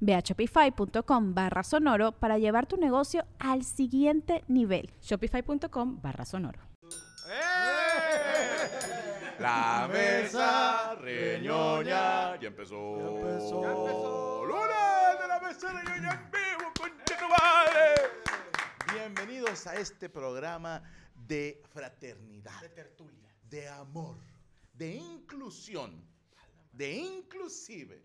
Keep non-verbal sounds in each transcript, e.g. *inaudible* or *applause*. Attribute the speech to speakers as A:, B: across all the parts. A: Ve a shopify.com barra sonoro para llevar tu negocio al siguiente nivel.
B: Shopify.com barra sonoro.
C: ¡Eh! La mesa reñoña ya empezó. Ya empezó. Ya empezó. Luna de la mesa reñoña en vivo con Bienvenidos a este programa de fraternidad, de tertulia, de amor, de inclusión, de inclusive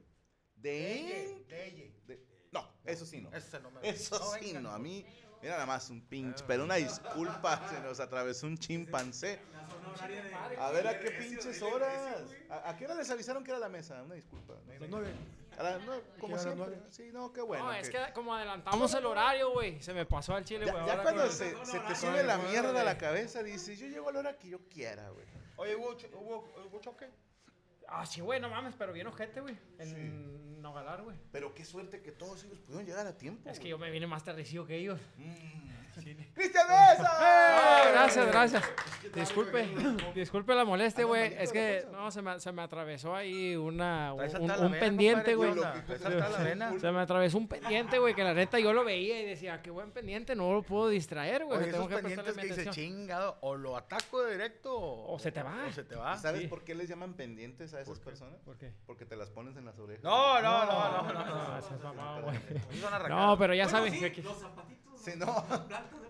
C: de, de, de, No, eso sí no. Eso sí no. Ah. A mí, mira nada más un pinche. Pero una disculpa, *laughs* se nos atravesó un chimpancé. A ver a qué pinches horas. ¿A, a qué hora les avisaron que era la mesa? Una disculpa. ¿no? A las nueve, como siempre. Sí, no, qué bueno.
D: No, es que como adelantamos el horario, güey. Se me pasó al chile,
C: Ya,
D: güey.
C: ya
D: ahora
C: cuando
D: que-
C: se, se te sube la mierda a la cabeza, dices, yo llego a la hora que yo quiera, güey.
E: Oye, ¿hubo, cho- hubo, hubo choque?
D: Ah, sí, güey, no mames, pero bien ojete, güey. En Nogalar, güey.
C: Pero qué suerte que todos ellos pudieron llegar a tiempo.
D: Es que
C: güey.
D: yo me vine más tardecido que
C: *laughs*
D: ellos.
C: ¡Cristian Mesa!
D: Ah, gracias, gracias. Disculpe, *laughs* disculpe la
C: Ah,
D: molestia, güey. Es que no, se me, se me atravesó ahí una,
E: ¿Traes
D: un,
E: saltada
D: un
E: la vena,
D: pendiente,
E: compadre?
D: güey.
E: ¿Qué onda? ¿Traes saltada la vena?
D: Se me atravesó un pendiente, güey, que la neta yo lo veía y decía, qué buen pendiente, no lo puedo distraer, güey.
E: Oye, esos
D: Tengo que
E: pendientes
D: prestarle
E: que dice
D: atención.
E: chingado, o lo ataco de directo o,
D: O se te va.
E: O se te va.
C: ¿Sabes
D: sí.
C: por qué les llaman pendientes a esas personas?
D: ¿Por qué?
C: Porque te las pones en las orejas.
E: No, no, no, no, no.
D: Ah, esa es mamá, güey.
E: Esos son arrancadas.
D: No, pero ya sabes. que-
C: Sí, no.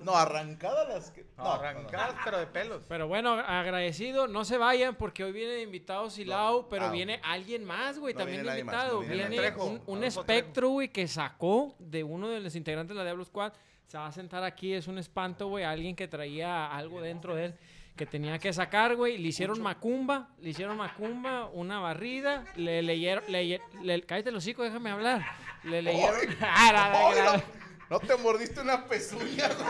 C: No, arrancadas las que.
E: No, arrancadas, pero de pelos.
D: Pero bueno, agradecido, no se vayan porque hoy vienen invitados Silao, pero
C: ah,
D: viene alguien más, güey,
C: No
D: también
C: viene nadie más,
D: invitado.
C: no viene
D: viene
E: nadie más.
D: un, un
E: Adolfo Trejo.
D: espectro, güey, que sacó de uno de los integrantes de la Diablo Squad. Se va a sentar aquí, es un espanto, güey, alguien que traía algo dentro de él que tenía que sacar, güey. Le hicieron macumba, le hicieron macumba, una barrida, le leyeron, le, le- cállate los hocico, déjame hablar. Le leyeron...
E: *laughs*
D: *laughs* Ah, la- la-
C: ¡Ay,
D: la-
C: no! No te mordiste una pezuña, güey.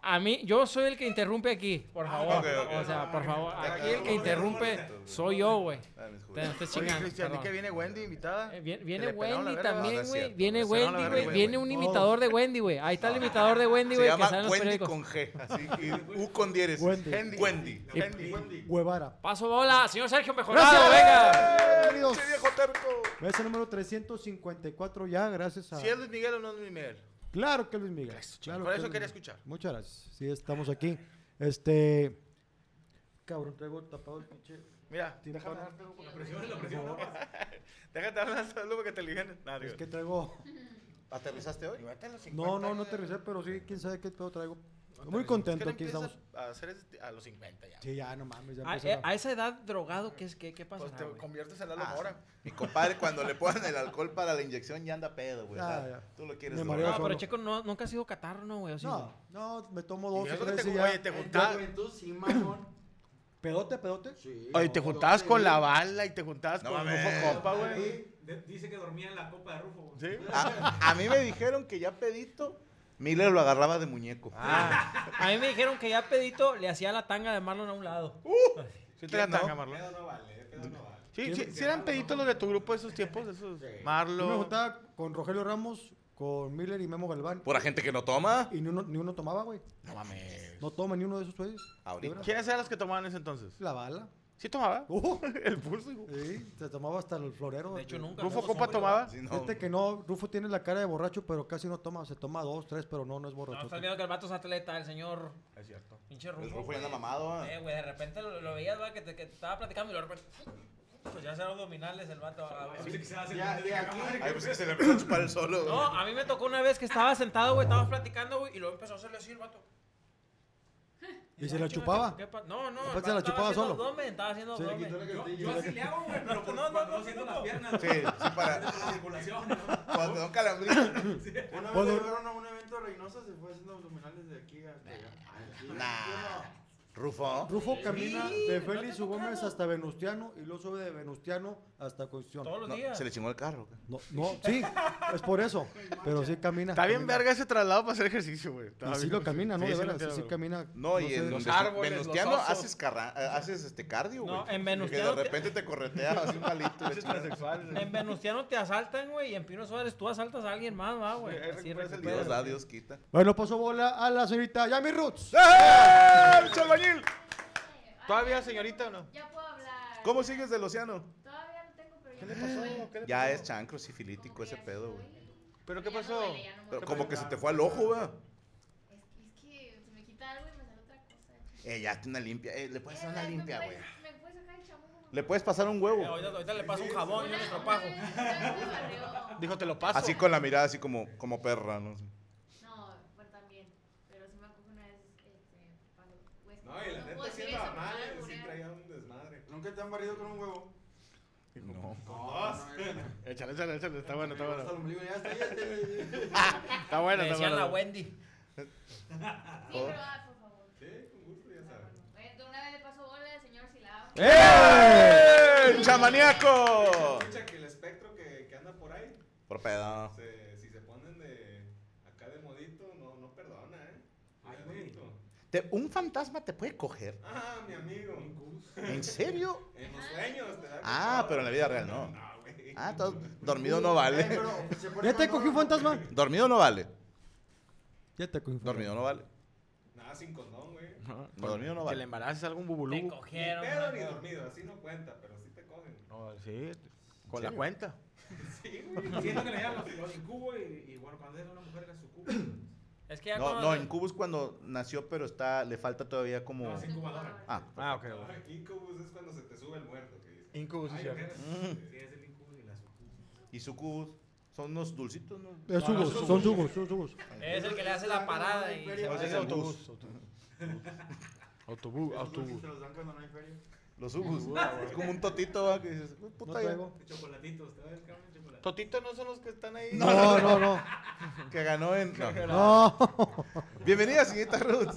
D: A mí, yo soy el que interrumpe aquí, por favor.
C: ok, ok.
D: O sea, por favor, aquí el que
C: Ah,
D: interrumpe soy yo, güey.
C: Ah, mis
D: Te
C: juguetes.
D: no estés
E: Oye,
D: chingando,
E: Cristian, di
D: perdón.
E: que viene Wendy invitada.
D: Eh, Viene,
E: Que
D: viene
E: le pelaron la
D: Wendy
E: verga.
D: también,
C: No, no es
D: güey.
C: cierto,
D: Viene
C: no es cierto.
D: Wendy,
C: No, no,
D: güey.
C: no,
D: Viene
C: no,
D: un
C: no.
D: imitador de Wendy, güey. Ahí está el imitador de Wendy,
C: Se
D: güey, que
C: llama
D: sale en los
C: Wendy
D: periódicos.
C: con G. Así que U con dieres.
F: Wendy.
C: Wendy. Wendy.
E: Wendy, Wendy.
F: Huevara.
D: Paso bola, señor Sergio Mejorado, venga.
F: Bienvenidos.
C: ¡Che viejo terco!
F: Mesa número 354 ya, gracias a...
E: Si es Luis Miguel o no es Luis Miguel.
F: Claro que Luis Miguel. claro
E: Por
F: que
E: eso
F: Luis
E: quería
F: Miguel.
E: escuchar.
F: Muchas gracias. Sí, estamos aquí. Este... Cabrón, traigo tapado el pinche...
E: Mira,
F: tímpano.
E: déjate dar la salud porque te liguen. Nada,
F: Es
E: digo.
F: que traigo...
C: ¿Aterrizaste hoy?
F: No, no, no aterricé, pero sí, quién sabe qué pedo traigo. Muy
E: Es que
F: contento,
E: le
F: aquí
E: empiezas
F: estamos.
E: A, hacer ese- a los 50 ya.
F: Sí, ya, no mames, ya
D: A,
F: empezó la-
D: a esa edad drogado, ¿qué, es, qué, qué pasa? Ah,
E: Pues te
D: güey?
E: conviertes en Lalo
C: Ah,
E: Mora.
C: Mi compadre, cuando le ponen el alcohol para la inyección, ya anda pedo, güey. o sea,
F: Ah, ya.
C: Tú lo quieres
F: Me
C: drogar.
F: mareo
D: No, pero
F: solo.
D: Checo no- nunca ha sido catarro, ¿no, güey? ¿O sí, güey?
F: No, no, me tomo
E: Y
F: dos o
E: eso que
F: tres
E: te-
F: y ya.
E: Oye, te juntabas.
G: *coughs*
F: ¿Pedote, pedote? Sí.
E: Oye, te juntabas con la bala y te juntabas
C: No
E: con
C: mames.
E: Rufo Copa, güey.
G: Dice que dormía en la copa de Rufo.
E: ¿Sí?
C: A, a mí me dijeron que ya pedito, Miller lo agarraba de muñeco.
D: A mí me dijeron que ya Pedito le hacía la tanga de Marlon a un lado.
E: Sí, te la
C: ¿Quién no?
E: tanga, Marlon. Sí, sí, sí eran peditos los de tu grupo de esos tiempos, de esos.
F: Yo me
E: Marlon.
F: juntaba con Rogelio Ramos, con Miller y Memo Galván.
C: Por la gente que no toma.
F: Y ni uno, ni uno tomaba, güey.
E: No mames.
F: No toma ni uno de esos güeyes.
C: Ahorita.
F: De veras.
E: ¿Quiénes eran los que tomaban en ese entonces?
F: La bala.
E: ¿Sí tomaba?
F: Uh,
E: *laughs* El pulso, hijo.
F: sí, se tomaba hasta el florero.
D: De hecho, nunca.
E: ¿Rufo
D: ¿no?
E: Copa tomaba?
C: Sí, no.
F: Fíjate Este que no, Rufo tiene la cara de borracho, pero casi no toma. Se toma dos, tres, pero no, no es
D: No,
F: borracho.
D: estás viendo que el vato es atleta, el señor
E: Es cierto.
D: pinche Rufo.
C: El Rufo ya anda
D: güey.
C: mamado,
D: Eh,
C: ¿eh?
D: güey, de repente lo, lo veías, va, que te, que te estaba platicando y lo de repente. Pues ya hacía abdominales el vato. ah, güey.
H: pues,
C: Ay, pues que se le empezó a chupar el solo, güey.
D: No, a mí me tocó una vez que estaba sentado, güey, estábamos platicando, güey, y luego empezó a hacerle así el vato.
F: ¿Y se la chupaba?
H: ¿Qué pa- No, no.
F: Aparte
H: el
F: se la
H: vato estaba
F: chupaba
H: haciendo
F: solo.
H: abdomen, estaba haciendo
F: Sí,
H: abdomen.
F: quítale
H: Yo-
F: castillo.
H: Yo así le hago, güey, pero no, no, no,
G: Haciendo
H: no,
G: las
H: no.
G: piernas.
C: Sí, sí, para.
G: La circulación, ¿no?
C: Cuando un calambrito.
I: Una vez
F: Bueno.
I: le fueron a un evento Reynosa, se fue haciendo abdominales de aquí hasta allá.
C: Nah. Rufo.
F: Rufo camina de
H: no
F: Félix
H: te he
F: Gómez
H: tocado.
F: hasta Venustiano y luego sube de Venustiano hasta Constitución.
H: Todos los
C: No,
H: días.
C: se le chingó el carro.
F: No, no, sí, es por eso. Pero sí camina.
E: Está bien
F: camina.
E: verga ese traslado para hacer ejercicio, güey.
F: Y sí lo camina, ¿no? de veras, sí, sí camina.
C: No, y
F: sé,
C: en donde
E: árboles, los
C: Venustiano
E: osos.
C: haces, carra- eh, haces este cardio, güey.
H: No, en
C: Que
H: Venustiano
C: de
H: te-
C: repente te corretea así un palito. y le chingas.
H: En Venustiano te asaltan, güey, y en Pino Suárez tú asaltas a alguien más, va, güey.
E: Sí, ahí
H: Así
E: recuperas el
H: recuperas.
C: Dios da, Dios quita.
F: Bueno, pasó bola a la señorita Yami Roots.
C: ¡Eh, el albañil!
E: ¡Ah, ¿Todavía, señorita, o no?
J: Ya puedo hablar.
C: ¿Cómo sigues del océano?
J: Todavía no tengo, pero ya.
C: Ya es chancro sifilítico ese pedo, güey.
E: ¿Pero qué pasó?
C: Pero como que se te fue al ojo, güey.
J: Es, es que se me quita algo y me sale otra cosa.
C: Eh, ya hazte una limpia. Eh, le puedes hacer una
J: Eh, ¿me
C: limpia, güey.
J: puedes- ¿Me puedes sacar el chamuco?
C: Le puedes pasar un huevo.
H: Eh, Ahorita, ahorita le paso un jabón y un
J: Una-
H: estropajo.
J: una vez- una vez me barrió.
E: Dijo, te lo paso.
C: Así con la mirada, así como, como perra, ¿no?
J: No, bueno, también. Pero sí me acuerdo una vez. Este, cuando. pues,
G: No, y la
J: puedo
G: neta sí
J: decir
G: andaba
J: eso,
G: mal, eh,
J: me van a
G: sí
J: alburear.
G: traía un desmadre.
I: ¿Nunca te han barrido con un huevo?
C: No.
G: Dos.
E: Échale, échale, échale. Está bueno, está
I: Hasta el
E: bueno.
I: ombligo, ya está, ya está.
E: Está
H: Le
E: bueno, está
H: decían la
E: bueno.
H: Wendy.
J: Sí, pero ah, por favor.
G: Sí, con gusto, *laughs* ya sabes.
J: Eh, De una vez le paso bola al señor Silao.
C: ¡Eh! ¡Chamaniaco!
G: Escucha que el espectro que, que anda por ahí,
C: Por pedo.
G: se- si se ponen de acá de modito, no, no perdona, ¿eh? Ay,
C: Te- ¿Un fantasma te puede coger?
G: Ah, mi amigo.
C: ¿En serio?
G: En los sueños te da
C: Ah,
G: cuchara.
C: pero en la vida real no.
G: No, güey.
C: Ah, todo- dormido no vale.
I: Pero se pone
F: ¿Ya te
I: más
F: cogió un
I: bárbaro.
F: fantasma?
C: Dormido no vale.
F: Ya te cogió un fantasma.
C: Dormido no vale.
G: Nada, sin condón, güey.
C: Dormido no
E: Que le
C: vale.
E: embaraces algún
H: Te
E: bubulú.
G: Ni pedo ni
H: cogieron.
G: dormido, así no cuenta, pero sí te cogen.
E: No, sí. Con la cuenta.
G: *laughs* Sí, güey. Siento que le dan los, *laughs* los incubos y, y bueno, cuando es una mujer era su cubo.
H: Es que ya
C: No, no,
H: cuando-
C: Incubus cuando nació, pero está, le falta todavía como.
G: No, es incubadora.
C: Ah,
E: Ah, ok,
G: Ah, Incubus es cuando se te sube el muerto, que dice.
E: Incubus, sí,
G: Ay,
E: cierto.
G: mujeres, Sí, es el incubus y la sucubus.
C: y sucubus son unos dulcitos, ¿no? Ah,
F: Es
E: No, no,
F: Hugo,
E: es
F: son
E: Hugo.
F: Zugos, son Zugos.
H: Es el que le hace la parada y se
I: No,
H: va.
C: ese es
E: Ah,
C: autobús.
E: Autobús. Autobús,
I: Esos dulces
E: Uh, autobús.
I: Se los dan cuando no hay feria.
C: Los sugus. Es como un totito, ¿va? Que dices, "Oh,
F: ah, No
C: puta, ya".
F: traigo.
G: Chocolatitos, te va a el cabrón chocolate.
E: Totito no son los que están ahí.
F: No, no, no.
C: *laughs* que ganó en. no.
F: No.
C: Bienvenida, señorita Ruth.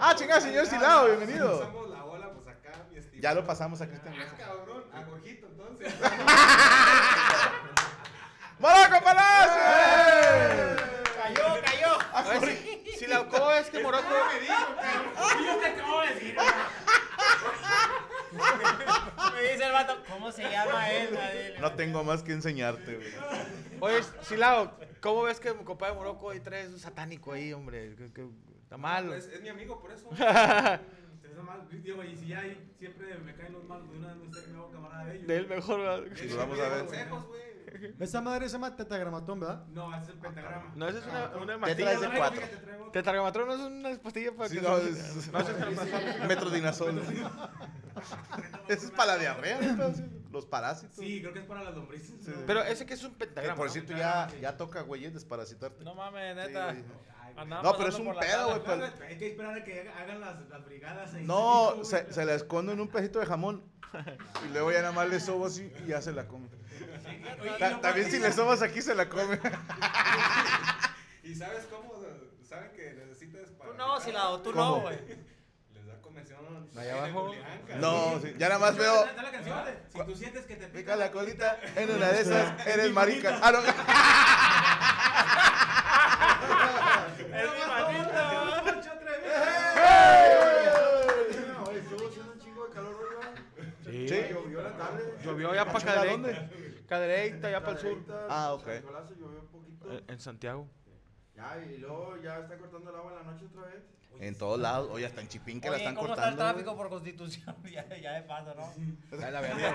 C: ah, chingada, señor Silao, bienvenido.
G: Pasamos la bola, pues acá, mi estimado.
C: Ya lo pasamos a Cristian
G: Ah,
C: Mesa.
G: cabrón, a Jorgito, entonces. *laughs*
C: ¡Maraco Palacio!
F: ¡Eh!
E: Cayó, cayó. Ah. Si la alcoba es que Morocco me dijo.
G: yo te acabo de decir.
H: Me dice el vato, ¿cómo se
G: *laughs*
H: llama él? Adela?
C: No tengo más que enseñarte, güey.
E: Oye, Silao, ¿cómo ves que mi compadre Morocco ahí trae un satánico ahí, hombre? Que- que- Está mal.
G: Es, es mi amigo, por eso. Se me da mal, digo, y si ya hay, siempre me caen los malos de una de ustedes, me hago camarada de ellos.
E: De él mejor. ¿verdad?
G: Es
C: Sí,
G: que
C: vamos
G: me
C: a
G: dio
C: ver.
G: consejos, güey.
F: Esa madre se llama
I: *laughs*
F: tetagramatón, ¿verdad?
G: No, ese es el pentagrama.
E: No, esa es una, una
C: ¿Qué traes
E: pastilla.
C: de cuatro?
G: Fíjate, traigo-
E: Tetragamatrón no es una pastilla para
C: Sí,
E: que.
C: no,
E: se-
C: es-
E: No, eso es tramadrón.
C: Metrodinazol. Eso es para la diarrea, ¿no? los parásitos.
G: Sí, creo que es para las lombrices. ¿no?
E: Pero ese que es un
C: Que,
E: pentagrama.
C: Eh, por
E: ¿no?
C: cierto, ya, ya toca, güey, desparasitarte.
H: No mames,
C: Sí,
H: neta.
C: güey.
G: Ay, güey.
H: Andaba
C: No, pero es
H: pasando
C: un
H: por la
C: pedo,
H: sala.
C: güey. pero-
G: Hay que esperar a que hagan las, las brigadas. ahí.
C: No, se, se la escondo en un pedacito de jamón. Y luego ya nada más le sobo así y ya se la come.
G: Oye, y
C: Ta-
G: lo
C: también si le
G: partían.
C: sobas aquí se la come.
G: ¿Y sabes cómo? O sea, ¿Saben que necesitas para.?
H: Tú no, si la tú
C: ¿Cómo?
H: no, güey.
G: Les da convención.
E: Allá abajo.
C: No, sí, ya nada más veo.
G: Está la canción de, Si tú sientes que te
C: Pica la colita, en una de esas eres marica. Ah, no.
H: Es mi manita, güey.
I: No, estuvo haciendo un chingo de calor, ¿verdad?
E: Sí.
C: Sí.
I: Llovió la tarde.
E: Llovió allá para
C: ¿Chula
E: Cadereyta.
C: dónde?
E: Cadereyta, allá para el sur.
I: Cadereyta,
C: Ah, ok.
I: San Nicolás, llovió un poquito.
E: Eh, En Santiago.
I: Ya, y luego ya está cortando el agua en la noche otra vez.
C: En todos lados, oye, hasta en Chipín que la
H: Oye,
C: están
H: ¿cómo
C: cortando.
H: está el tráfico por constitución? *laughs* ya, ya de paso,
C: *laughs*
H: ¿no? Eh,
E: Ya la verdad.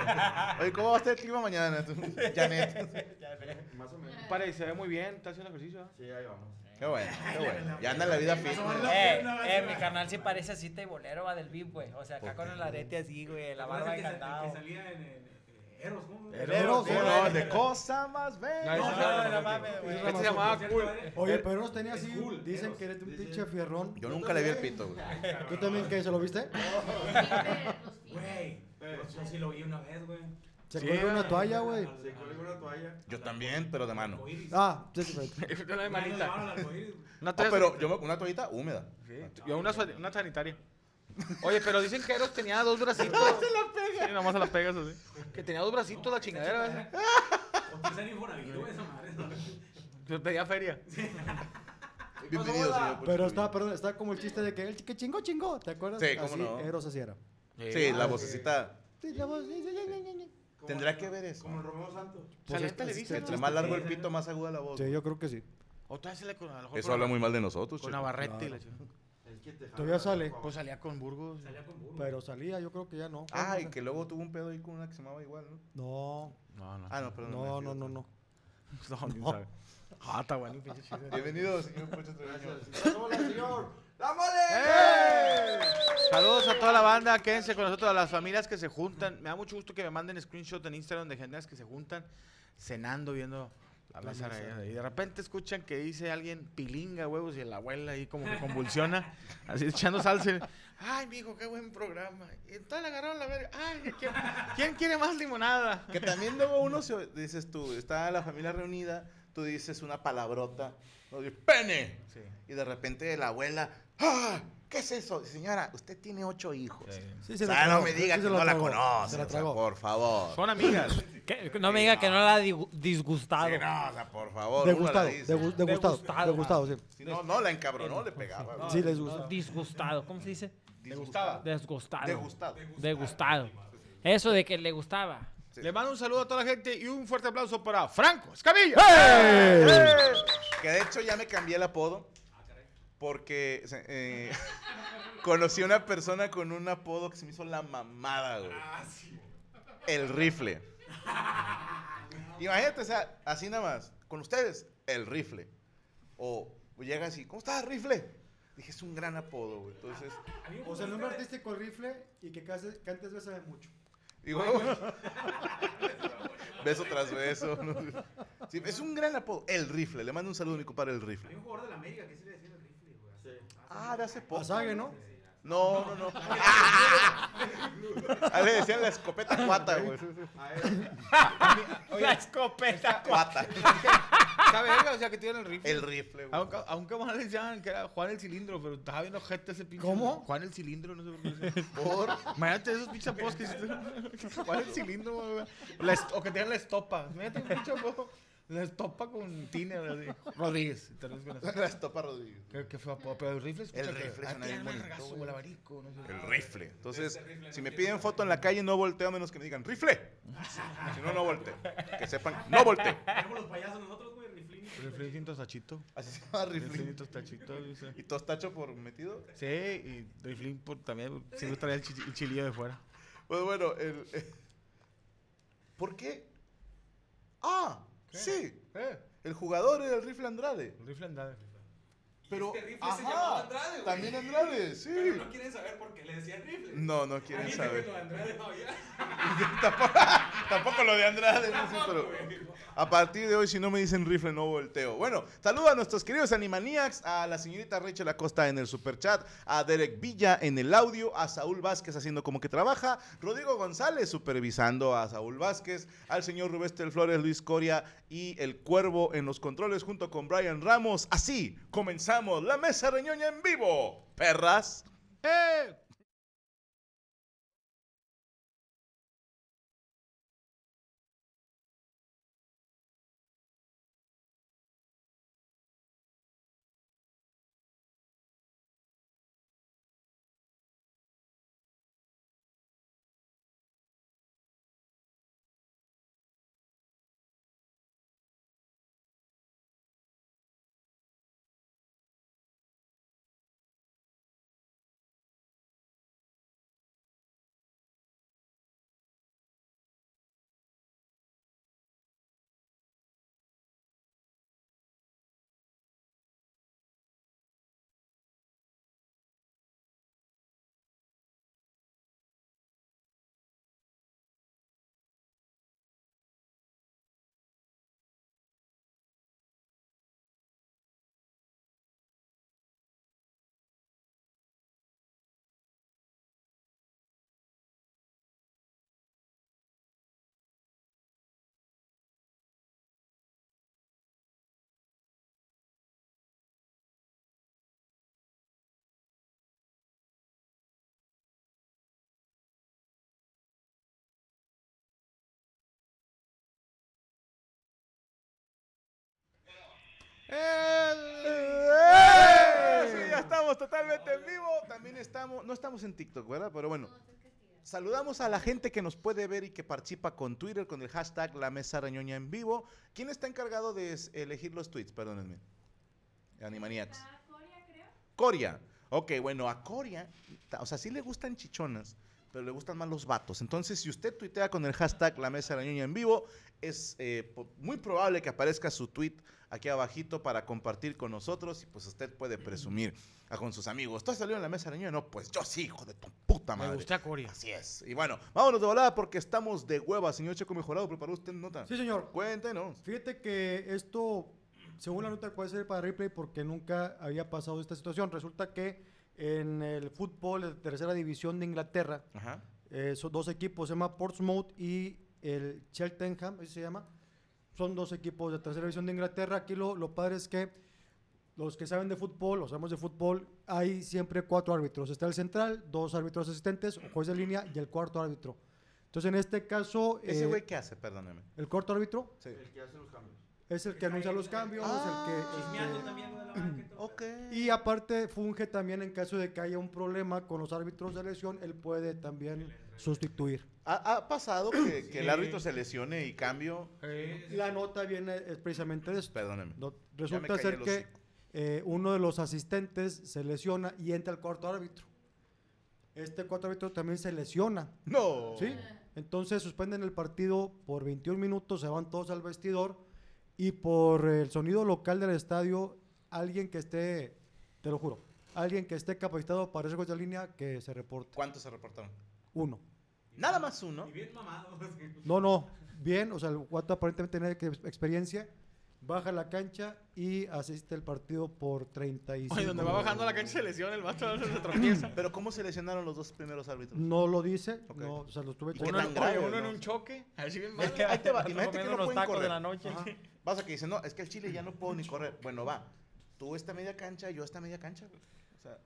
C: güey. Oye, ¿cómo va a estar el clima mañana, tú? Janet?
H: Ya de-
I: Más o menos.
E: Para y se ve muy bien, está haciendo ejercicio. ¿ah?
I: Sí, ahí vamos.
C: Qué bueno, qué bueno. Ya anda la vida fit. güey.
H: Eh, eh, mi canal sí parece así teibolero, va del VIP, güey. O sea, acá con el arete así, güey, la barba
G: barra
H: de
G: que, sa- el que
H: candado.
G: salía en. en- en- Eros, ¿cómo?
F: Eros,
C: ¿Cómo
F: Eros.
C: no? De cosa más bella.
E: No,
G: No,
E: no,
G: no,
E: no,
G: no,
E: mames, güey.
G: Este se llamaba Cool.
F: Oye, pero no tenía
G: Es
F: así.
G: cool,
F: Dicen
G: Eros.
F: que eres un
I: Dice-
F: pinche fierrón.
C: Yo nunca le vi el pito, güey.
F: ¿Tú también qué? ¿Se lo viste?
J: Siempre los fines.
G: Güey, yo yo sí lo vi una vez, güey.
F: Se
E: Sí,
F: colgó
E: güey.
F: una
C: ah.
F: toalla, güey.
I: Se cuelga una toalla.
C: Yo también, pero de mano.
G: Arcoíris.
F: Ah, sí, sí, güey.
E: Yo la de
G: Nadie
E: manita.
G: llevaron al arcoíris, güey.
E: Una
C: Ah,
E: toalla
C: pero yo me, una toallita húmeda.
E: Sí, yo una, suad- una sanitaria. Oye, pero dicen que Eros tenía dos bracitos. se la pega. Sí, nomás se la pegas así. Que tenía dos bracitos la chingadera. ¿eh? ¿verdad?
G: O quizá ni Infonavit, güey, esa madre. ¿no?
E: Yo pedía feria.
C: Bienvenido, señor.
F: Pero está, perdón, está como el chiste de que el que chingó, chingó. ¿Te acuerdas?
C: Sí, cómo
F: así,
C: no.
F: Eros así era.
C: Sí, la vocecita.
F: Sí, la voz, sí, sí, sí, sí, sí.
I: Como-
C: Tendrá que ver eso.
I: Como el Romeo Santos.
E: Sale en
F: Pues es- es-
E: Televisa,
F: es-
E: ¿no?
C: Entre más largo el pito, más aguda la voz.
F: Sí, yo creo que sí.
E: O todavía se le con, a lo mejor
C: Eso
E: con-
C: habla muy mal de nosotros,
E: Con
C: chico.
E: Navarrete y
F: Claro.
E: la chingada.
I: El que te jala
C: Ah,
F: Todavía
I: la
F: sale.
I: copa.
E: Pues salía con Burgos.
G: Salía con burro.
F: Pero salía, yo creo que ya no.
C: Ah, y que luego tuvo un pedo ahí con una que se llamaba igual, ¿no?
F: No,
E: No, no.
C: Ah, no, perdón.
F: no,
C: sí,
F: no,
C: otra.
F: no, no.
E: *laughs* No, ni sabe. *laughs* Ah, está bueno, pinche chiste.
C: Bienvenido, señor Pocho Treviño.
I: Gracias. ¡Hola, señor! ¡La mole!
E: ¡Eh! Saludos a toda la banda, quédense con nosotros, a las familias que se juntan. Me da mucho gusto que me manden screenshot en Instagram de gentes que se juntan cenando viendo la mesa rayada. Y de repente escuchan que dice alguien pilinga huevos y la abuela ahí como que convulsiona, así echando salsa. y, Ay, mijo, qué buen programa. Y entonces le agarraron la verga. Ay, ¿quién, quién quiere más limonada? *laughs*
C: Que también luego uno se, dices tú, está la familia reunida, tú dices una palabrota, ¿no? Y, pene.
E: Sí.
C: Y de repente la abuela, ¡ah! ¿Qué es eso? Señora, usted tiene ocho hijos.
F: Sí,
C: O
F: se la
C: sea, no
F: tragó,
C: me
F: sí
C: diga
F: se
C: que
F: la
C: no la
F: tragó,
C: conoce.
F: Se la
C: o sea,
F: tragó.
C: por favor.
E: Son amigas.
H: Que- No me diga que no la ha digu- disgustado.
C: Sí, no, o sea, por favor. uno la
F: Degustado,
C: dice.
F: degu- degustado,
H: Degustado.
F: degustado, sí.
C: Si no, no, la encabronó, le pegaba.
H: No,
C: güey.
F: Sí, les
H: no,
F: gusta.
H: Disgustado. ¿Cómo se dice?
C: Disgustaba.
H: Desgustado.
C: Degustado.
H: Degustado. Eso de que le gustaba.
C: Sí.
E: Le mando un saludo a toda la gente y un fuerte aplauso para Franco
C: Pues,
E: Escamilla.
F: ¡Ey!
C: Que de hecho ya me cambié el apodo. Porque se- eh, conocí a una persona con un apodo que se me hizo la mamada, güey. El rifle. Imagínate, o sea, así nada más. Con ustedes, el rifle. O llega así, ¿cómo estás, rifle? Dije, es un gran apodo, güey. Entonces,
G: A mí me
F: O sea,
G: pusiste-
F: no me artiste con rifle y que cantes, cantes bésame mucho.
C: digo, *laughs* beso tras beso. ¿no? Sí, es un gran apodo, el rifle. Le mando un saludo a mi compadre, el
G: Hay
C: rifle.
G: un jugador de la América que sí le decía el rifle, güey.
C: Ah, de hace poco.
F: Pasaje, ¿no?
C: No, no, *laughs* no. Ah, le decían la escopeta cuata, güey.
I: A él.
H: La escopeta.
C: Cuata.
E: Está verga, o sea, que tiene el rifle.
C: El rifle, güey.
E: Aunque, aunque más le decían que era Juan el Cilindro, pero estaba viendo gente ese pinche.
F: ¿Cómo?
E: Juan el Cilindro, no sé por qué. lo decían. Imagínate esos pinches apodos que hiciste. Juan el Cilindro, güey. La est- O que tengan la estopa. Imagínate un pinche apodo. La estopa con tiner, así. Rodríguez. te lo digo así.
C: La estopa Rodríguez.
E: Que, que fue apodo. Pero el rifle escucha
C: El
E: que-
C: rifle
E: ah,
C: suena
E: tiene
C: bien
E: un
C: bonito,
E: vergazo,
C: güey.
E: el abanico, no sé.
C: El rifle. Entonces, si me piden foto en la calle, no volteo a menos que me digan
G: *laughs*
C: rifle. Si no, no volteo. Que sepan, no volteo.
G: Tenemos los payasos nosotros, güey, riflín.
E: El rifle distinto tachito.
C: Así se llama
E: El rifle
C: rifle.
E: distinto tachito. dice.
C: ¿Y tostacho por metido?
E: Sí, y rifle por- también. Siempre traía el, chi- el chilillo de fuera.
C: Pues bueno, el. eh, ¿Por qué? Ah, sí. El jugador era el rifle Andrade.
E: El rifle andaba.
C: Pero.
G: este rifle se llamaba
C: Ajá,
G: Andrade, güey.
C: también Andrade, sí.
G: Pero no quieren saber por qué le decían rifle.
C: No, no
G: A mí
C: quieren
G: me
C: saber.
G: quedó Andrade, no, ya.
C: tampoco, tampoco lo de Andrade, no sé, pero a partir de hoy, si no me dicen rifle, no volteo. Bueno, saludo a nuestros queridos Animaniacs, a la señorita Rachel Acosta en el superchat, a Derek Villa en el audio, a Saúl Vázquez haciendo como que trabaja, Rodrigo González supervisando a Saúl Vázquez, al señor Rubestel Flores, Luis Coria y el Cuervo en los controles junto con Brian Ramos. Así comenzamos la mesa reñoña en vivo, perras. ¡Eh! Eso, ¡Eh! ya estamos totalmente en vivo. También estamos, no estamos en TikTok, ¿verdad? Pero bueno. Saludamos a la gente que nos puede ver y que participa con Twitter con el hashtag La Mesa Reñoña en vivo. ¿Quién está encargado de es- elegir los tweets? Perdónenme. Animaniacs.
J: Está Coria, creo.
C: Coria. Ok, bueno, a Coria, ta- o sea, sí le gustan chichonas, pero le gustan más los vatos. Entonces, si usted tuitea con el hashtag La Mesa de la Ñoña en vivo, es eh, po- muy probable que aparezca su tweet aquí abajito para compartir con nosotros y pues usted puede presumir a- con sus amigos. ¿Tú has salido en La Mesa de la Ñoña? No, pues yo sí, hijo de tu puta
E: Me
C: madre.
E: gusta Coria.
C: Así es. Y bueno, vámonos de volada porque estamos de hueva, señor Checo Mejorado. ¿Preparó usted nota?
F: Sí, señor.
C: Cuéntenos.
F: Fíjate que esto, según la nota, puede ser para replay porque nunca había pasado esta situación. Resulta que en el fútbol de tercera división de Inglaterra,
C: Ajá.
F: eh, son dos equipos, se llama Portsmouth y el Cheltenham, así se llama. Son dos equipos de tercera división de Inglaterra. Aquí lo, lo padre es que los que saben de fútbol, los sabemos de fútbol, hay siempre cuatro árbitros. Está el central, dos árbitros asistentes, un juez de línea y el cuarto árbitro. Entonces, en este caso,
C: ¿Ese
F: eh,
C: güey qué hace? Perdóneme.
F: el cuarto árbitro
C: Sí.
I: El que hace los cambios.
F: es el que anuncia los cambios, el que...
G: Ah. Chismeando
F: este,
G: también lo de la banca y todo.
C: Ok.
F: *clears throat* y aparte funge también en caso de que haya un problema con los árbitros de lesión, él puede también sustituir.
C: ¿Ha, ha pasado que, que el árbitro se lesione y cambio?
F: La nota viene es precisamente de esto.
C: Perdóneme.
F: Eh, No-
C: me
F: resulta
C: cayó
F: ser
C: el
F: que
C: hocico.
F: eh, uno de los asistentes se lesiona y entra el cuarto árbitro. Este cuarto árbitro también se lesiona,
C: No.
F: ¿sí? Entonces suspenden el partido por 21 minutos, se van todos al vestidor y por el sonido local del estadio, alguien que esté, te lo juro, alguien que esté capacitado para riesgos de línea que se reporte.
C: ¿Cuántos se reportaron?
F: Uno.
C: Nada más uno.
G: Y bien mamado. así.
F: No, no, bien, o sea, el Guato aparentemente tiene que- experiencia, baja a la cancha y asiste el partido por 35.
E: Oye, donde va bajando la cancha se lesiona, el vato se tropieza.
C: Pero ¿cómo se lesionaron los dos primeros árbitros?
F: No lo dice,
C: Ok.
F: no, o sea, lo estuve
C: ¿Y qué
E: Uno,
F: checando.
C: tan grave,
E: oye, uno en
C: no?
E: un choque. Así bien
C: Es que ahí te va, imagínate que no
H: los
C: pueden
H: tacos
C: correr.
H: de la noche.
F: Ajá.
C: Vas a que dicen, no, es que el Chile ya no puedo ni correr. Bueno, va. Tú esta media cancha, yo esta media cancha. güey. O sea,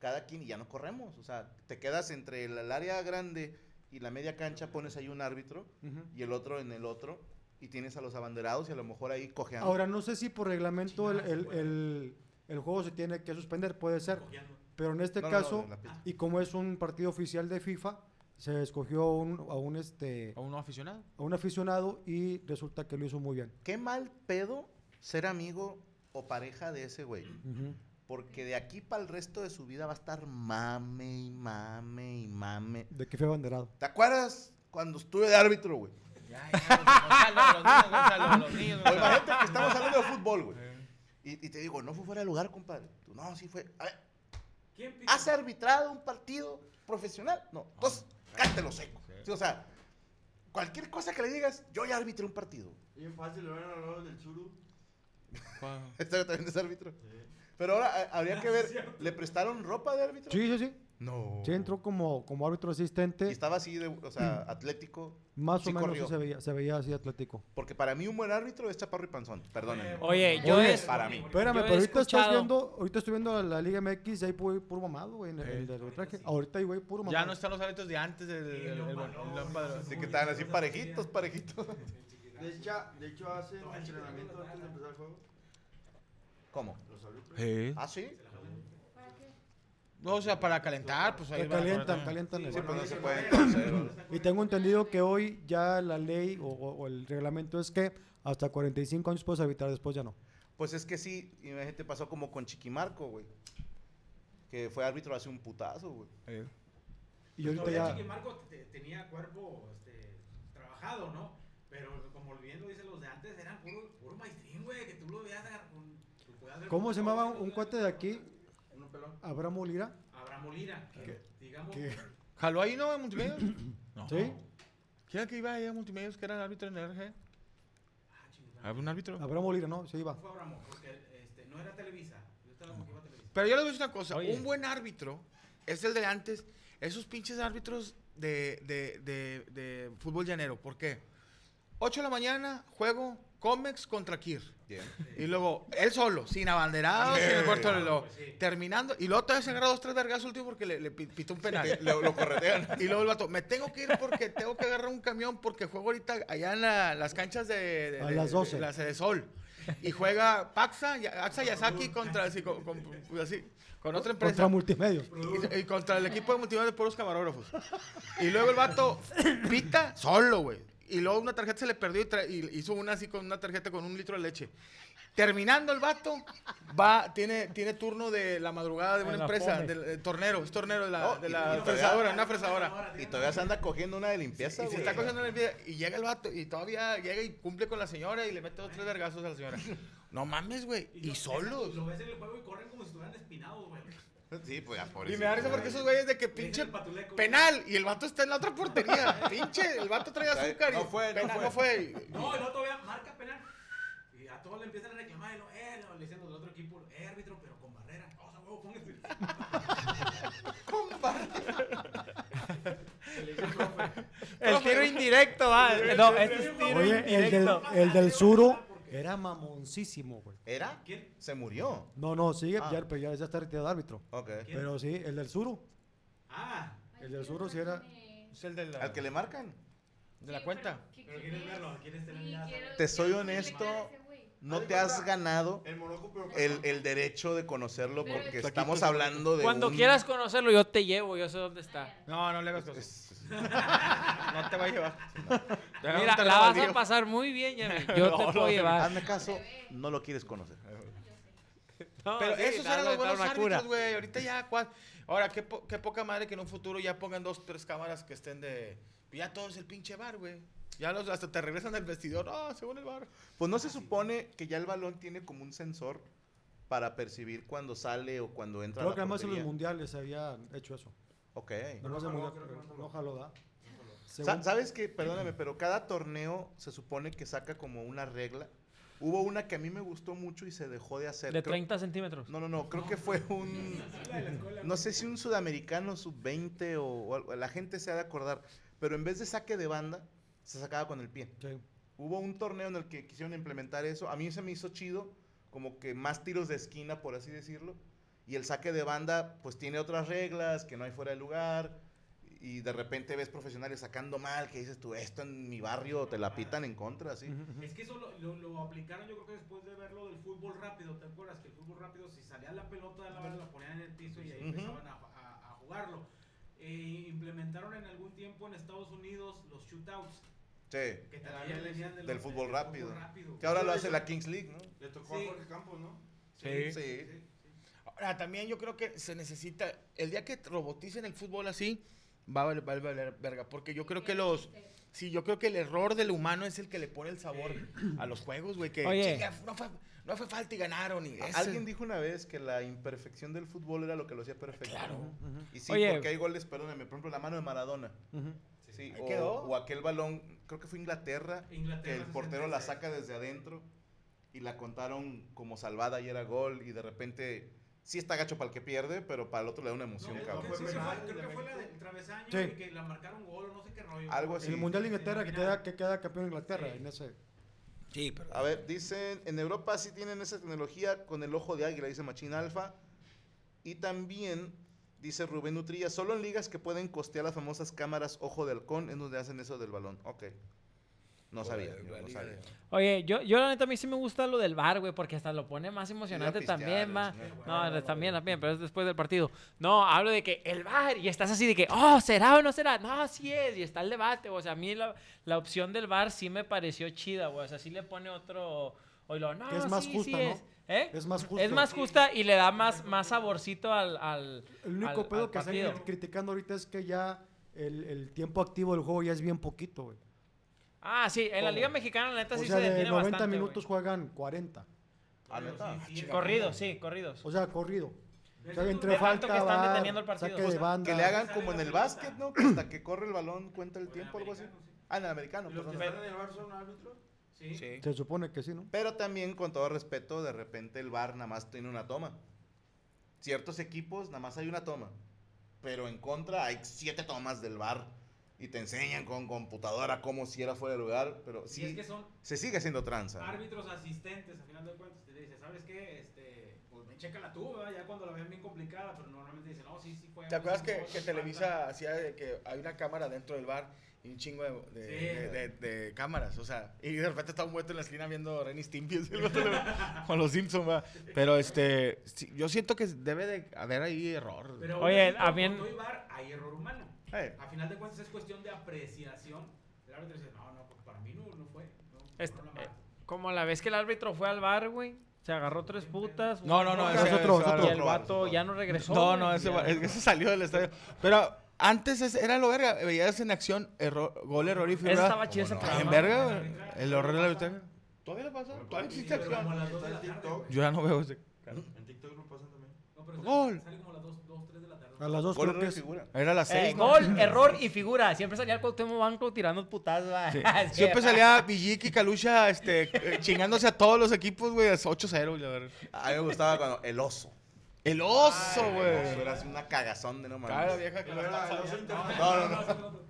C: cada quien y ya no corremos. O sea, te quedas entre el, el área grande y la media cancha, pones ahí un árbitro
F: Ujú.
C: y el otro en el otro y tienes a los abanderados y a lo mejor ahí cojeando.
F: Ahora, no sé si por reglamento el, el- el- el juego se tiene que suspender, puede ser,
G: Cojeando.
F: pero en este
C: No, no, no,
F: caso,
C: en la pista.
F: y como es un partido oficial de FIFA, se escogió un- a, un, este,
E: ¿A uno aficionado?
F: a un aficionado y resulta que lo hizo muy bien.
C: Qué mal pedo ser amigo o pareja de ese güey.
F: Ujú.
C: Porque de aquí para el resto de su vida va a estar mame y mame y mame.
F: De que fue abanderado.
C: ¿Te acuerdas cuando estuve de árbitro, güey?
E: Ya, ya, los niños, Gonzalo, los niños,
C: O
E: Gonzalo.
C: Pues, imagínate que estamos hablando de fútbol, güey. Y, y te digo, no fue fuera de lugar, compadre. Tú, no, sí fue. A ver,
G: ¿Quién pide?
C: ¿has arbitrado un partido profesional? No. Entonces, cállate los seco. Sí, o sea, cualquier cosa que le digas, yo ya arbitré un partido. *laughs*
I: Bien fácil, lo van a los del suru.
C: Este güey también es árbitro. Pero ahora eh, habría que ver, ¿le prestaron ropa de árbitro?
F: Sí, sí, sí.
C: No.
E: Oh.
F: Sí, entró como, como árbitro asistente.
C: Y estaba así, de, o sea, atlético.
F: Más
C: sí
F: o menos sí
C: corrió.
F: se veía, se veía así atlético.
C: Porque para mí un buen árbitro es chaparro y panzón. Perdónenme.
D: Oye, yo
F: Oye,
D: es.
C: Para mí.
F: Espérame,
D: Yo he
F: pero ahorita estás
D: escuchado-
F: viendo, ahorita estoy viendo a la Liga MX y ahí puro, puro mamado, güey, en el,
E: Eh.
F: el del arbitraje. Ahorita ahí, güey, puro mamado.
E: Ya no están los hábitos de antes del... del- del- del- del-
C: Así que estaban así parejitos, parejitos.
I: De hecho, de hecho hacen entrenamiento antes de empezar el juego.
C: ¿Cómo?
I: Los árbitros.
E: Sí.
C: ¿Ah, sí?
E: No, o sea, para calentar, pues ahí
F: Que
E: va.
F: calientan, calientan. el-
C: Sí, pues no se pueden conocer.
F: Y tengo entendido que hoy ya la ley o, o- o el reglamento es que hasta 45 años puedes arbitrar, después ya no.
C: Pues es que sí, imagínate, pasó como con Chiquimarco, güey. Que fue árbitro hace un putazo, güey.
E: Eh.
F: Y ahorita
G: Todavía
F: ya...
G: Chiqui Marco te- tenía cuerpo este, trabajado, ¿no? Pero como bien lo dicen los de antes, eran puro, puro maestrín, güey, que tú lo veías agarrar con- lo podías ver
F: ¿Cómo
G: con
F: se
G: todo,
F: llamaba
G: ¿no?
F: un cuate de aquí?
I: Uno pelón.
F: Abraham Olira.
G: Abraham Molina, que, digamos,
F: que-
E: ¿Jaló ahí, no, en Multimedios? No.
F: ¿Sí?
E: ¿Quién era que iba ahí a Multimedios que era el árbitro en el RG? ¿Había un árbitro?
F: Abraham Olira, ¿no? Sí, iba.
G: ah, fue Abraham, porque este, no era Televisa. Yo estaba
F: Mm.
G: con que iba a Televisa.
E: Pero yo les voy a decir una cosa,
H: Oye.
E: un buen árbitro es el de antes, esos pinches árbitros de, de, de, de fútbol llanero. ¿Por qué? 8 de la mañana, juego Comex contra Kir.
C: Bien.
E: Y luego, él solo, sin abanderado, sin el cuarto de reloj. Terminando. Y luego todavía se agarra dos, tres vergas último porque le, le pi- pitó un penal.
C: Lo, lo corretean.
E: Y luego el vato, me tengo que ir porque tengo que agarrar un camión porque juego ahorita allá en la- las canchas de, de-
F: A
E: de-
F: las 12.
E: de- las de sol. Y juega Paxa, Ya- Axa Yasaki contra así, con, con- así, con otra empresa.
F: Contra multimedios.
E: Y, y contra el equipo de multimedia de puros camarógrafos. Y luego el vato pita solo, güey. Y luego una tarjeta se le perdió y, tra- y hizo una así con una tarjeta con un litro de leche. Terminando el vato, va, tiene, tiene turno de la madrugada de una
H: la
E: empresa,
H: pone.
E: del eh, tornero, es tornero de la,
C: No,
E: de
C: Oh, y-
E: la
C: y todavía-
E: fresadora, una fresadora.
C: Y todavía se anda cogiendo una de limpieza,
E: Y
C: güey.
E: se está cogiendo la envidia, y llega el vato y todavía llega y cumple con la señora y le mete otros tres vergazos a la señora. No mames, güey. Y solos.
G: Lo ves en el juego y corren como si estuvieran espinados, güey.
C: Sí, pues ya, por
E: Y me da risa porque esos güeyes de que pinche penal y el vato está en la otra portería. Pinche, el vato trae azúcar y
C: No fue, no
E: penal,
C: fue.
E: no fue.
G: No, el otro vea, marca penal. Y a todos le empiezan a reclamar. Y lo, eh, lo- le dicen los del otro equipo, eh, árbitro, pero con barrera. O sea, huevo,
I: *laughs*
G: póngase.
H: El tiro indirecto, va. No, este es tiro
F: Oye, el del,
H: indirecto.
F: el del Zuro era mamoncísimo, güey.
C: ¿Era?
G: ¿Quién?
C: Se murió.
F: No, no, sigue,
C: Ah.
F: ya, pero ya, ya está retirado de árbitro.
C: Ok.
G: ¿Quién?
F: Pero sí, el del Zuro.
G: Ah,
J: Ay,
F: El del
J: quiero
F: sur, o si
J: verlo
F: era-
J: con él.
H: Es el de la,
C: ¿Al que le marcan?
H: de la
J: Sí,
H: cuenta.
J: pero ¿qué
G: Pero quieres
J: quieres?
G: verlo, quieres tener
J: Sí,
G: la-
J: quiero-
C: Te soy
J: quiero
C: honesto,
J: verle cara a ese güey.
C: No
I: Haz de
C: te has
I: cuenta.
C: ganado
I: El Morocco, pero.
C: el, el derecho de conocerlo
J: Pero
C: porque
J: es-
C: estamos hablando de
D: Cuando
C: un-
D: quieras conocerlo, yo te llevo, yo sé dónde está.
J: Ay,
E: No, no le hagas cosas.
C: Es-
E: *laughs* No te va a llevar. Ah, Te va a
D: Mira,
E: untar
D: la vas a
E: baldío.
D: pasar muy bien, Yami. Yo
E: No,
D: te
E: no,
D: puedo llevar.
C: Hazme caso, no lo quieres conocer.
D: No,
E: Pero
D: sí,
E: esos
D: la
E: eran
D: vas a
E: los
D: dar
E: buenos
D: una cura.
E: árbitros, güey. Ahorita ya, cua- Ahora, qué, po- qué poca madre que en un futuro ya pongan dos, tres cámaras que estén de. pues Ya todo es el pinche bar, güey. Ya los, hasta te regresan del vestidor. Ah, según el bar. Ah,
C: Pues no se supone que ya el balón tiene como un sensor para percibir cuando sale o cuando entra. a
F: Creo
C: la
F: que además en los
C: portería.
F: mundiales habían hecho eso.
C: Ok.
F: No, no,
I: jaló,
F: mundial,
I: creo que
F: pero
I: no
F: no
I: jaló.
F: jaló, ¿da?
C: Sa-
F: Según-
C: ¿Sabes qué? Perdóname, pero cada torneo se supone que saca como una regla. Hubo una que a mí me gustó mucho y se dejó de hacer.
D: De
C: Creo-
D: 30 centímetros.
C: No, no, Pues, no, creo que fue un... No sé si un sudamericano sub-20 o, o algo, la gente se ha de acordar, pero en vez de saque de banda, se sacaba con el pie.
F: Sí.
C: Hubo un torneo en el que quisieron implementar eso, a mí se me hizo chido, como que más tiros de esquina, por así decirlo, y el saque de banda pues tiene otras reglas, que no hay fuera de lugar, y de repente ves profesionales sacando mal, que dices tú, esto en mi barrio te la pitan en contra, así.
F: Ujú, ujú.
G: Es que eso lo, lo- lo aplicaron yo creo que después de verlo del fútbol rápido, ¿te acuerdas? Que el fútbol rápido, si salía la pelota de la bala, la ponían en el piso y ahí
C: Ujú.
G: empezaban a, a- a jugarlo. Eh, implementaron en algún tiempo en Estados Unidos los shootouts,
C: Sí,
G: que también venían de
C: del
G: los-
C: fútbol
G: del
C: rápido.
G: fútbol rápido.
C: Que ahora lo hace la Kings League, ¿no?
I: Le tocó
G: Sí.
I: a Jorge Campos, ¿no?
C: Sí.
E: Ahora, también yo creo que se necesita. El día que roboticen el fútbol así, va a valer, va a valer verga. Porque yo creo que los. Sí, yo creo que el error del humano es el que le pone el sabor a los juegos, güey. Que
D: Oye.
E: chinga, no, fue, no fue falta y ganaron. Y ese-
C: Alguien dijo una vez que la imperfección del fútbol era lo que lo hacía perfecto.
E: Claro.
C: Y sí,
D: Oye.
C: porque hay goles, perdóname, por ejemplo, la mano de Maradona.
F: Ujú.
C: Sí,
E: Ahí
C: o,
E: quedó.
C: o aquel balón, creo que fue Inglaterra, que el portero la saca desde adentro y la contaron como salvada y era gol. Y de repente, sí está gacho para el que pierde, pero para el otro le da una emoción,
I: No,
C: cabrón.
I: no
G: Creo que
I: penal
G: fue-
I: de
G: creo que fue la
I: México.
G: del travesaño
F: Sí.
G: y que la marcaron gol, no sé qué rollo.
C: Algo así.
F: En el Mundial de Inglaterra que
G: En la
F: queda,
G: final.
F: que queda campeón de Inglaterra
G: Sí.
F: en ese.
E: Sí, pero.
C: A ver, dicen, en Europa sí tienen esa tecnología con el ojo de águila, dice Machín Alfa. Y también, dice Rubén Utrilla, solo en ligas que pueden costear las famosas cámaras ojo de halcón es donde hacen eso del balón. Ok. No sabía, yo no sabía.
D: Oye, yo, yo la neta a mí sí me gusta lo del bar, güey, porque hasta lo pone más
C: Iba a
D: emocionante
C: pistear,
D: también, va.
C: el señor.
D: No, también, también, pero es después del partido. No, hablo de que el bar y estás así de que, oh, ¿será o no será? No, sí es, y está el debate. O sea, a mí la, la opción del bar sí me pareció chida, güey. O sea, sí le pone otro... O y luego, no,
F: Que es más
D: sí,
F: justa,
D: sí
F: ¿no?
D: es. ¿Eh?
F: Es más justo.
D: Es más justa y le da más, más saborcito al, al,
F: El único
D: al-
F: pedo
D: al
F: que están
D: partido.
F: cri- criticando ahorita es que ya el, el tiempo activo del juego ya es bien poquito, güey.
D: Ah, sí, en la Liga Mexicana la neta
F: O
D: sí
F: sea,
D: se
F: de
D: detiene
F: 90
D: bastante, güey.
F: minutos juegan 40.
C: Ah, ¿neta?
G: Sí, sí,
D: Corridos, sí, corridos.
F: O sea, corrido. O sea,
G: De
F: entre
D: tanto
F: falta,
D: que están
F: VAR,
D: deteniendo el partido.
F: saque
D: O
F: de
D: sea,
F: banda.
C: Que le hagan
G: Sale
C: como en
G: la
C: el
G: pelota.
C: básquet, ¿no? Que hasta que corre el balón cuenta el
G: O en
C: tiempo, algo así.
G: americano, sí.
C: Ah, en el americano,
G: Los
C: perdón.
G: que
I: ¿Están en el bar son árbitros?
G: Sí.
E: Sí.
F: Se supone que sí, ¿no?
C: Pero también, con todo respeto, de repente el VAR nada más tiene una toma. Ciertos equipos nada más hay una toma. Pero en contra hay siete tomas del VAR. Y te enseñan con computadora como si era fuera de lugar. Pero
G: Y
C: sí,
G: es que son
C: se sigue haciendo tranza.
G: árbitros asistentes, a final de cuentas, te dice, ¿sabes qué? Este, pues ven, chécala tú, ¿verdad? Ya cuando la vean bien complicada, pero normalmente dicen, no, sí, sí fue.
E: ¿Te acuerdas
G: sí,
E: que,
G: no,
E: que
G: sí, falta".
E: Televisa hacía de que hay una cámara dentro del bar y un chingo de, de-
G: Sí.
E: de- de- de cámaras, o sea, y de repente está un muerto en la esquina viendo Ren y Stimpy, *laughs* así, el vato le- con los Simpsons, va. Pero este, sí, yo siento que debe de haber ahí error.
G: Pero
D: Oye,
G: aún así, con-
D: habían-
G: con todo y VAR, hay error humano.
E: Eh,
G: A final de cuentas es cuestión de apreciación. El árbitro dice, no, no, pues para mí no, no fue. No,
D: Este,
G: cobró la mano".
D: Como la vez que el árbitro fue al bar, güey. Se agarró tres putas.
E: no, no, no,
D: una
F: ese
D: coca,
F: es otro, es
D: Y el
F: otro.
D: vato ya no regresó.
E: No,
D: güey,
E: no, ese,
D: ya.
E: va- ese salió del estadio. Pero antes es- era lo verga. Veías en acción error, gol, error y figura.
D: Ese estaba chido ese
E: En
D: programa.
E: verga, güey, el horror de la ventaja. ¿Todavía lo pasa? ¿Todavía existe
G: Pero como a
E: acción?
G: las 2 de la
I: Está en
G: tarde.
I: TikTok.
G: güey.
E: Yo ya no veo ese.
I: En TikTok lo pasan también.
G: No, pero
E: Gol.
G: sale, sale como a las 2, 2, 3 de la tarde.
F: A las dos
C: Gol,
F: creo
C: error
F: que
C: y
F: es-
C: figura.
E: Era las
D: Eh,
E: seis. ¿no?
D: gol, error y figura. Siempre salía el Cuauhtémoc Banco tirando putas. va. *laughs*
E: Sí.
D: Así,
E: Siempre
D: va.
E: salía Villic y Calucha este, eh, chingándose a todos los equipos, güey, a 8-0. la verga.
C: A mí me gustaba cuando el oso.
E: El oso,
C: El oso
E: güey.
C: era así una cagazón de no
E: Cara,
C: mames.
E: vieja que
I: El
E: no
I: era
E: está-
I: el oso
C: No,
I: internacional.
C: no, no.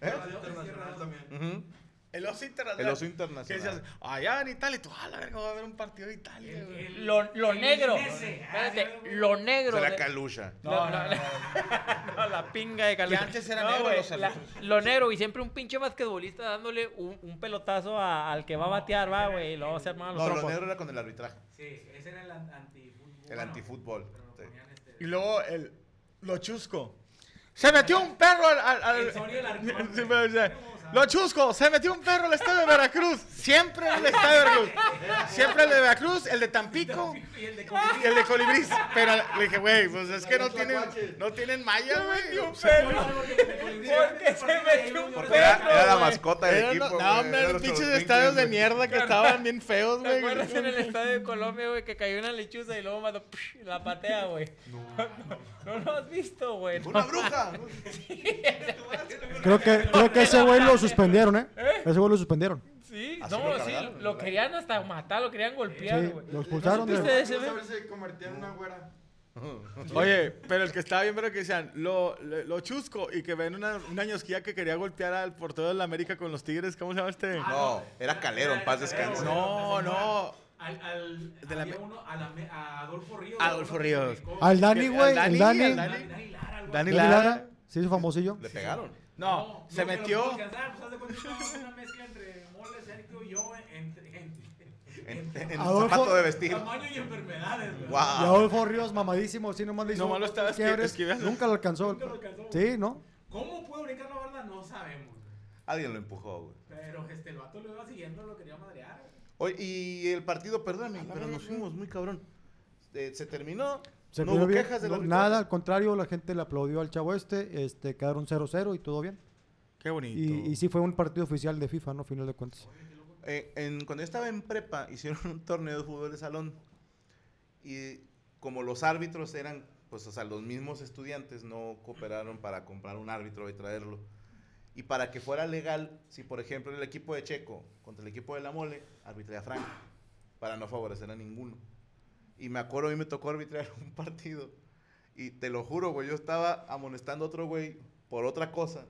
I: El oso internacional también.
C: Ujú.
E: El oso internacional.
C: El oso
E: Que decías,
C: internacional.
E: allá en Italia, y tú, ah, la verga, va a haber un partido de Italia, güey.
G: El-
D: Lo, lo
G: el
D: negro.
G: Udinese. Ah, sí,
D: Espérate,
G: güey.
D: lo negro.
C: Será
D: de-
C: calucha.
D: No, no, no. *laughs* No, la pinga de Carlitos.
E: Que antes era
D: No,
E: negro
D: güey,
E: los
D: la-
E: árbitros.
D: Lo negro, y siempre un pinche basquetbolista dándole un, un pelotazo a- al que va a batear, va, güey, y luego se arman los
C: No, lo
D: trompos.
C: negro era con el arbitraje.
G: Sí, ese era el an- antifútbol.
C: El
G: Bueno,
C: antifútbol.
G: pero lo
C: sí.
G: ponían, este,
E: Y luego el lo chusco. Se metió un perro al. al- al-
G: El sonido del arpón, güey.
E: *laughs* Sí, pero dice, lo chusco, se metió un perro al estadio de Veracruz. Siempre en el estadio de Veracruz. Siempre el de Veracruz, el de Tampico
G: *laughs* Y el de
E: y el de Colibrís. Pero le dije, güey, pues es que no tienen, no tienen malla, güey. O sea,
G: Porque
D: se metió un
C: Porque era,
D: Perro,
C: era la
D: güey.
C: mascota del
E: eran-
C: equipo.
E: no,
C: güey,
E: hombre,
C: era
E: eran
C: los
E: pinches
C: Tortwinkies,
E: estadios de
C: güey.
E: mierda que estaban bien feos,
D: ¿Te
E: güey.
D: acuerdas en el estadio de Colombia, güey, que cayó una lechuza y luego mató, psh, la patea, güey? No, *laughs* no, lo has visto, güey.
C: *laughs* ¡Una bruja!
F: Creo que, creo que ese güey lo suspendieron, ¿eh? Ese güey lo suspendieron.
D: Sí,
C: Así
D: no,
C: lo
D: sí,
C: cargaron,
D: lo
C: ¿verdad?
D: querían hasta matar, lo querían golpear,
F: Sí,
D: güey.
F: lo expulsaron. de-
D: supiste ese,
I: Vamos a
D: güey?
I: ver si se convertía en una güera.
E: Oye, pero el que estaba bien, pero que decían, lo, lo, lo chusco, y que ven una, una ñosquilla que quería golpear al portero de la América con los Tigres, ¿cómo se llama este?
C: No, era Calero, en paz descanse.
E: No, no.
G: Al, al,
E: De la-
G: había uno, a, la, me- a Adolfo Ríos.
E: Adolfo
G: uno que
E: Ríos.
G: picó.
F: Al Dani,
E: Al
F: güey.
E: Dani, al
F: El Dani.
E: Dani.
F: Dani
G: Dani Lara, algo así.
E: Dani Lara.
F: Lara. Se hizo famosillo.
C: Le pegaron.
E: No, se
G: pero
E: metió.
G: por descansar, pues, haz de cuenta que estaba una mezcla entre mole, Sergio y yo, entre, *laughs* entre,
C: En, en el
F: Adolfo-
C: zapato de vestir.
G: tamaño y enfermedades. güey.
F: Y
C: ¡Wow!
F: Adolfo Ríos, mamadísimo, sí, nomás le hizo
E: Nomás lo estaba esqui-
F: quiebres,
E: esquivando.
F: Nunca lo alcanzó.
G: Nunca lo alcanzó.
F: Sí, ¿no?
G: ¿Cómo puede brincar la barda? No sabemos. güey.
C: Alguien lo empujó, güey.
G: Pero este, el vato lo iba siguiendo, lo quería madrear. güey.
C: Oye, y el partido, perdóname, pero nos fuimos muy cabrón. Eh, se terminó.
F: Se
C: no
F: pidió
C: hubo
F: bien,
C: quejas de
F: no,
C: los
F: Nada, al contrario, la gente le aplaudió al chavo este, este quedaron 0-0 y todo bien.
E: Qué bonito.
F: Y, y sí fue un partido oficial de FIFA, ¿no? Final de cuentas.
C: Eh, en- cuando yo estaba en prepa, *laughs* hicieron un torneo de fútbol de salón. Y como los árbitros eran, pues, o sea, los mismos estudiantes no cooperaron para comprar un árbitro y traerlo. Y para que fuera legal, si por ejemplo el equipo de Checo contra el equipo de la Mole, arbitraría Franco, para no favorecer a ninguno. Y me acuerdo, a mí me tocó arbitrar *laughs* un partido. Y te lo juro, güey, yo estaba amonestando a otro güey por otra cosa.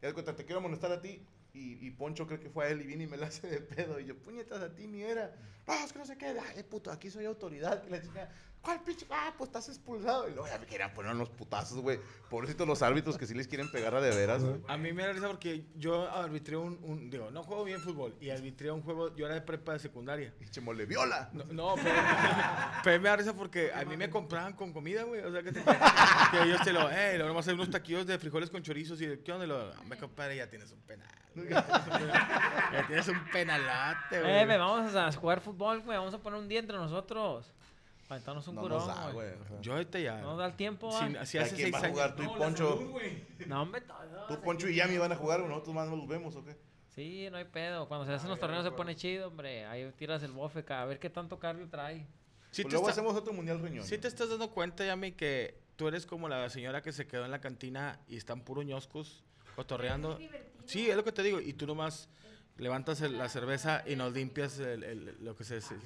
C: Y haz de cuenta, te quiero amonestar a ti. Y, y Poncho creo que fue a él y viene y me la hace de pedo. Y yo, puñetas, a ti ni era. No, es que no sé qué. Ay, puto, aquí soy autoridad. Que la chica, ¿cuál pinche? Ah, pues estás expulsado. Y luego ya me querían poner unos putazos, güey. Pobrecitos los árbitros que sí les quieren pegar a de veras, güey.
E: A mí me da risa porque yo arbitré un, un- Digo, no juego bien fútbol. Y arbitré un juego. Yo era de prepa de secundaria.
C: Pinche mole, viola.
E: No, no, pero, *laughs* pero me da risa porque a mí me compraban con comida, güey. O sea, que, te- que yo te lo, eh, lo vamos a hacer unos taquillos de frijoles con chorizos y de, ¿qué onda? Y Lo, "Ah, me compadre, ya tienes un penal. güey, Ya tienes un penal- ya tienes un penalote, güey.
D: Eh, ve, vamos a jugar fútbol, güey. Vamos a poner un día entre nosotros. Para aventarnos un
C: No
D: curón,
C: nos da,
D: güey.
C: güey. o sea.
E: Yo ahorita ya.
D: No nos da el tiempo, va.
E: si, si
C: ¿A
E: hace
C: quién
E: seis
C: va a
E: años.
C: jugar tú y
G: No, la salud,
C: Poncho?
G: güey.
D: No, hombre, todos
C: Tú,
D: aquí.
C: Poncho y Yami van a jugar, nosotros más nos vemos, ¿o qué?
D: Sí, no hay pedo. Cuando se hacen los torneos se pone chido, hombre. Ahí tiras el bofe, ca- a ver qué tanto cardio trae.
C: Pues
E: Si te
C: luego
E: está-
C: hacemos otro mundial reunión.
E: Si te estás dando cuenta, Yami, que tú eres como la señora que se quedó en la cantina y están puros ñoscos cotorreando. Sí, es lo que te digo. Y tú nomás levantas el- la cerveza y nos limpias el- el- lo que se dice.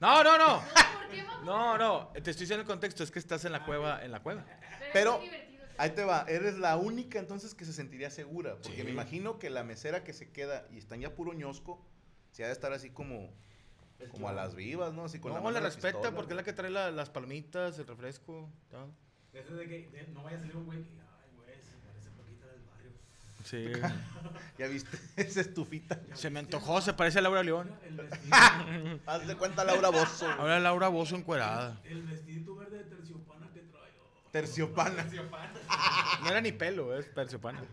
E: No, no, no.
J: ¿Por qué, mamá?
E: No, no. Te estoy diciendo el contexto. Es que estás en la cueva, en la cueva.
C: Pero-
J: es muy divertido, ¿sí?
C: Ahí te va, eres la única entonces que se sentiría segura. Porque me imagino que la mesera que se queda y están ya puro ñosco, se ha de estar así como, como a las vivas, ¿no? Así con
E: No,
C: mano
E: la
C: en
E: respeta
C: pistola,
E: porque es la que trae la- las palmitas, el refresco. ¿no?
G: Desde de que de- no vaya a salir un güey que, ay, güey, se parece poquito del barrio.
E: *laughs*
K: Sí.
C: ¿Ya viste? *laughs* Esa estufita.
K: Se me antojó, se parece a Laura León.
G: El vestido,
C: Haz de cuenta Laura Bozo.
K: Ahora Laura Bozo encuerada.
G: el vestidito verde de terciopana que traigo.
C: Terciopana.
G: Terciopana.
K: No era ni pelo, es terciopana.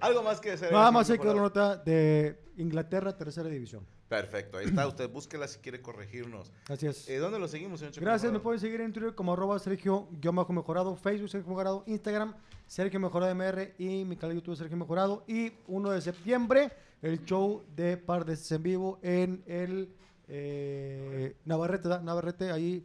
C: Algo más que hacer.
F: Nada más hay que dar la nota de Inglaterra, tercera división.
C: Perfecto, ahí está. Usted búsquela si quiere corregirnos.
F: Así es.
C: Eh, ¿Dónde lo seguimos, señor Checo
F: Gracias, me
C: Mejorado?
F: pueden seguir en Twitter como arroba Sergio-Mejorado, Facebook Sergio Mejorado, Instagram Sergio Mejorado MR y mi canal de YouTube Sergio Mejorado. Y 1 de septiembre, el show de Par de en vivo en el eh, Navarrete, ¿verdad? Navarrete, ahí